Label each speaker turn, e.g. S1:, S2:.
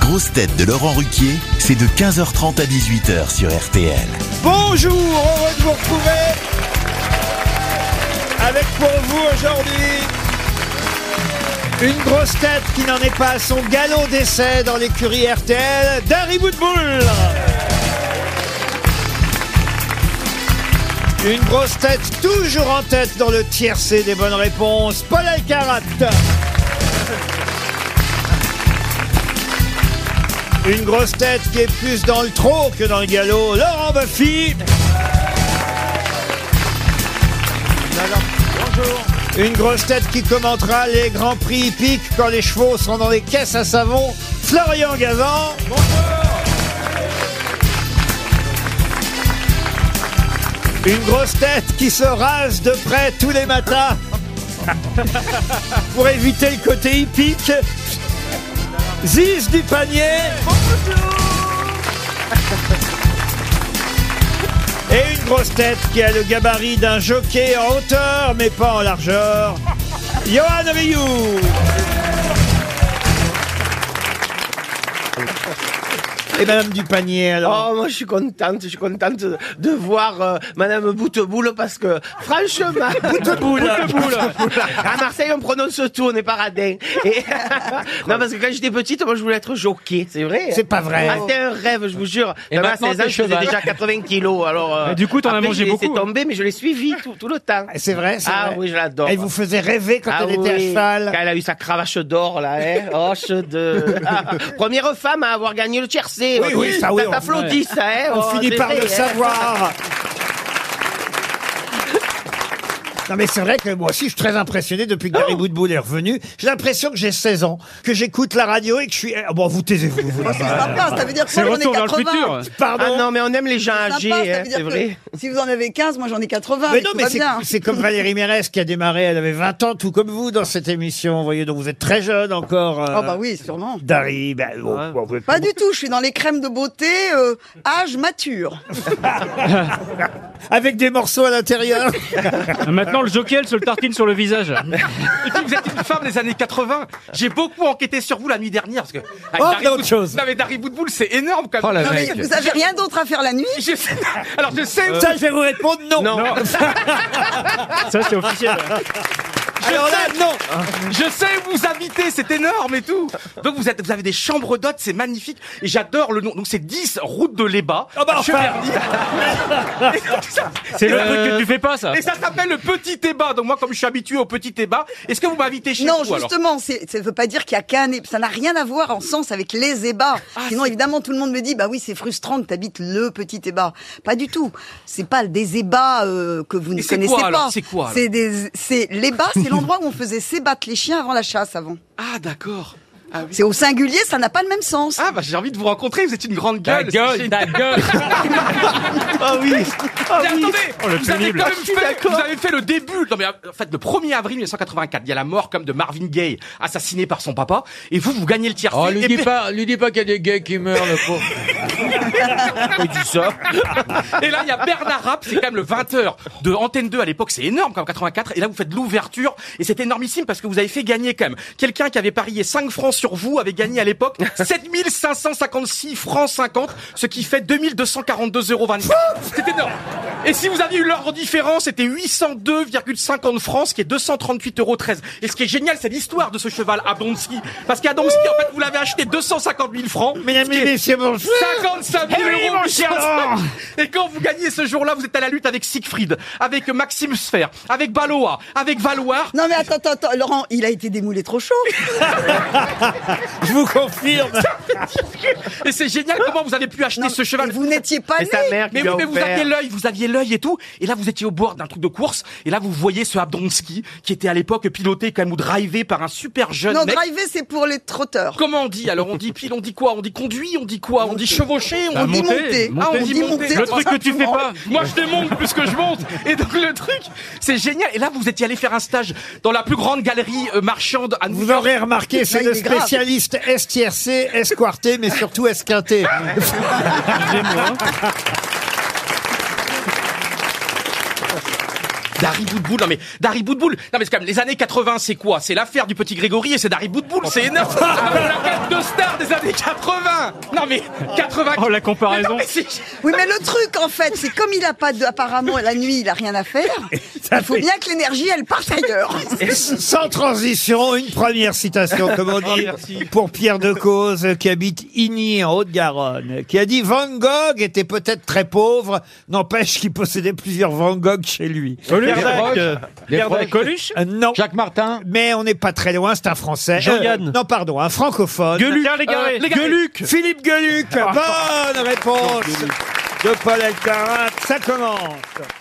S1: grosses têtes de Laurent Ruquier, c'est de 15h30 à 18h sur RTL.
S2: Bonjour, heureux de vous retrouver avec pour vous aujourd'hui une grosse tête qui n'en est pas à son galop d'essai dans l'écurie RTL, Dari Boudboul. Une grosse tête toujours en tête dans le tiercé des bonnes réponses, Paul Alcarat. Une grosse tête qui est plus dans le trot que dans le galop, Laurent Buffy. Bonjour. Une grosse tête qui commentera les grands prix hippiques quand les chevaux sont dans les caisses à savon, Florian Gazan. Une grosse tête qui se rase de près tous les matins pour éviter le côté hippique. Ziz du panier. Et une grosse tête qui a le gabarit d'un jockey en hauteur mais pas en largeur. Johan Rioux. Et Madame du panier
S3: hein.
S2: alors.
S4: Oh, moi je suis contente, je suis contente de voir euh, Madame Bouteboule parce que franchement, Bouteboule, à Marseille on prononce tout, on n'est pas radin. Et- non parce que quand j'étais petite, moi je voulais être jockey, c'est vrai.
S2: C'est pas vrai.
S4: Ah, c'était un rêve, je vous jure.
S3: Et
S4: Même à
S3: maintenant,
S4: 16 ans,
S3: t'es
S4: je faisais
S3: cheval.
S4: déjà 80 kilos. Alors euh,
S3: Et du coup, t'en as
S4: après,
S3: mangé
S4: je l'ai laissé
S3: beaucoup. hein.
S4: tomber, mais je l'ai suivi tout, tout le temps.
S2: C'est vrai, c'est
S4: Ah
S2: vrai.
S4: oui, je l'adore.
S2: Elle vous faisait rêver quand
S4: Ah
S2: elle était à
S4: oui,
S2: cheval.
S4: Quand elle a eu sa cravache d'or, là, hein. Roche de. Ah, première femme à avoir gagné le tiercé.
S2: Oui, oui, ça, oui, on-
S4: t'applaudit, ça, hein.
S2: On
S4: Oh,
S2: finit
S4: c'est
S2: par
S4: vrai,
S2: le
S4: hein.
S2: savoir. Non mais c'est vrai que moi aussi je suis très impressionné depuis que Gary Boudboul est revenu. J'ai l'impression que j'ai 16 ans, que j'écoute la radio et que je suis... Ah Bon, vous taisez-vous. vous.
S5: C'est sympa, ça veut dire que
S3: C'est
S5: moi, j'en ai
S3: retour vers le
S5: 80.
S3: futur.
S2: Pardon.
S4: Ah non, mais on aime les gens
S5: C'est
S4: âgés,
S5: sympa, ça
S4: hein,
S5: veut dire
S4: c'est
S5: que
S4: vrai.
S5: Si vous en avez 15, moi j'en ai 80.
S2: Mais
S5: donc
S2: non,
S5: tout
S2: mais
S5: va
S2: c'est-
S5: bien.
S2: c'est comme Valérie Mérès qui a démarré, elle avait 20 ans, tout comme vous, dans cette émission. Vous voyez, donc vous êtes très jeune encore. euh,
S5: Ah bah oui, sûrement.
S2: Dari, ben, bon, bon, vous êtes-
S5: Pas du tout, je suis dans les crèmes de beauté, euh, âge mature.
S2: avec des morceaux à l'intérieur.
S3: Ah, Maintenant, le jockey, elle se le tartine sur le visage.
S6: Et puis vous êtes une femme des années 80. J'ai beaucoup enquêté sur vous la nuit dernière parce que. avec
S4: Ah,
S2: Oh,
S6: Dari
S2: autre
S6: Bout-
S2: chose.
S6: Non mais Dari Boutboul, c'est énorme quand même.
S2: Ah,
S3: Oh, la
S6: Non, mais
S3: vache.
S5: Vous avez rien d'autre à faire la nuit
S6: je sais- Alors je sais.
S2: Ça, je vais vous répondre non.
S6: Non.
S3: Ça, c'est officiel.
S2: Alors là, non.
S6: Je sais où vous habitez, c'est énorme et tout. Donc vous, êtes, vous avez des chambres d'hôtes, c'est magnifique. Et j'adore le nom. Donc c'est 10 route de l'Eba.
S2: Ah bah, enfin.
S3: C'est le truc que tu fais pas, ça.
S6: Et ça s'appelle le petit Eba. Donc moi, comme je suis habitué au petit Eba, est-ce que vous m'invitez chez
S5: Non,
S6: vous alors
S5: justement, c'est- ça ne veut pas dire qu'il y a qu'un é- Ça n'a rien à voir en sens avec les ébats.
S6: Ah,
S5: Sinon, évidemment, tout le monde me dit, bah oui, c'est frustrant que tu habites le petit ébat. Pas du tout. C'est pas des ébats euh, que vous ne
S6: Et c'est
S5: connaissez
S6: quoi, alors
S5: pas.
S6: C'est quoi, alors
S5: C'est des- c'est- L'ébat, c'est l'endroit où on faisait s'ébattre les chiens avant la chasse, avant.
S6: Ah d'accord. Ah, oui.
S5: C'est au singulier, ça n'a pas le même sens.
S6: Ah, bah j'ai envie de vous rencontrer, vous êtes une grande
S3: Ta
S6: gueule.
S3: gueule,
S6: c'est
S3: ta gueule.
S2: Ah oui. Ah oui.
S6: Mais attendez,
S3: Oh, le
S6: vous, avez
S3: pénible.
S6: quand
S3: Ah,
S6: même fait, vous avez fait le début. Non, mais euh, en fait, le 1er avril 1984, il y a la mort comme de Marvin Gaye, assassiné par son papa, et vous, vous gagnez le tiers.
S7: Oh, lui
S6: et
S7: dis
S6: puis-
S7: pas, lui dis pas qu'il y a des gays qui meurent, le pauvre.
S6: et là, il y a Bernard Rapp, c'est quand même le 20h de Antenne 2 à l'époque, c'est énorme quand même, 84. Et là, vous faites l'ouverture, et c'est énormissime parce que vous avez fait gagner quand même. Quelqu'un qui avait parié 5 francs sur vous avait gagné à l'époque 7556 francs 50, ce qui fait 2242,24 euros. C'est énorme. Et si vous aviez eu l'ordre différent, c'était 802,50 francs, ce qui est 238,13 euros. Et ce qui est génial, c'est l'histoire de ce cheval à Donski. Parce qu'à Donski, en fait, vous l'avez acheté 250 000 francs.
S2: Mesdames
S6: ce qui
S2: et
S6: est-
S2: messieurs, bonjour.
S6: 55 000
S2: Eh oui,
S6: euros
S2: mon
S6: qui
S2: cher
S6: sont-
S2: Laurent.
S6: Et quand vous gagnez ce jour-là, vous êtes à la lutte avec Siegfried, avec Maxime Sfer, avec Baloa, avec Valoir.
S5: Non mais attends, attends, attends, Laurent, il a été démoulé trop chaud.
S2: Je vous confirme.
S6: Et c'est génial comment vous avez pu acheter
S5: Non,
S6: ce cheval.
S5: mais Vous n'étiez pas né.
S6: Mais, oui, mais vous aviez l'œil, vous aviez l'œil et tout. Et là, vous étiez au bord d'un truc de course. Et là, vous voyez ce Abdonski qui était à l'époque piloté quand même ou drivé par un super jeune
S5: Non,
S6: mec.
S5: driver, c'est pour les trotteurs.
S6: Comment on dit Alors, on dit pile, on dit quoi On dit conduit, on dit quoi On dit chevauché, on
S5: On
S6: dit
S5: dit monter.
S3: Bah,
S5: Ah,
S3: monter.
S5: on dit
S6: monter.
S5: monter.
S3: Le truc que tu fais pas.
S6: Moi, je démonte plus que je monte. Et donc, le truc, c'est génial. Et là, vous étiez allé faire un stage dans la plus grande galerie euh, marchande à New
S2: Vous
S6: York.
S2: aurez remarqué, c'est
S5: il
S2: le
S5: est grave.
S2: spécialiste STRC, esquarté, mais surtout esquinté.
S6: Dari Boudboul, non mais Dari Boudboul, non mais c'est quand même les années 80, c'est quoi C'est l'affaire du petit Grégory et c'est Dari Boudboul, c'est énorme. Ah, mais la carte de star des années 80. Non mais 80.
S3: Oh, la comparaison.
S6: Mais non, mais c'est-
S5: Oui, mais le truc, en fait, c'est comme il a pas de, apparemment, la nuit, il a rien à faire, il faut bien que l'énergie, elle parte ailleurs.
S2: Sans transition, une première citation, comme on dit, pour Pierre de Cause, qui habite Igny, en Haute-Garonne, qui a dit Van Gogh était peut-être très pauvre, n'empêche qu'il possédait plusieurs Van Gogh chez lui.
S3: Coluche
S7: Pierre Dac, euh, Pierre Dac.
S3: Coluche
S2: Euh, non,
S7: Jacques Martin.
S2: mais on n'est pas très loin, c'est un Français. Euh,
S3: Jean-Yann.
S2: non, pardon, un francophone.
S3: Légaré.
S2: Gueuluc. Philippe Gueuluc. Bonne réponse de Paul Alcarat. Ça commence.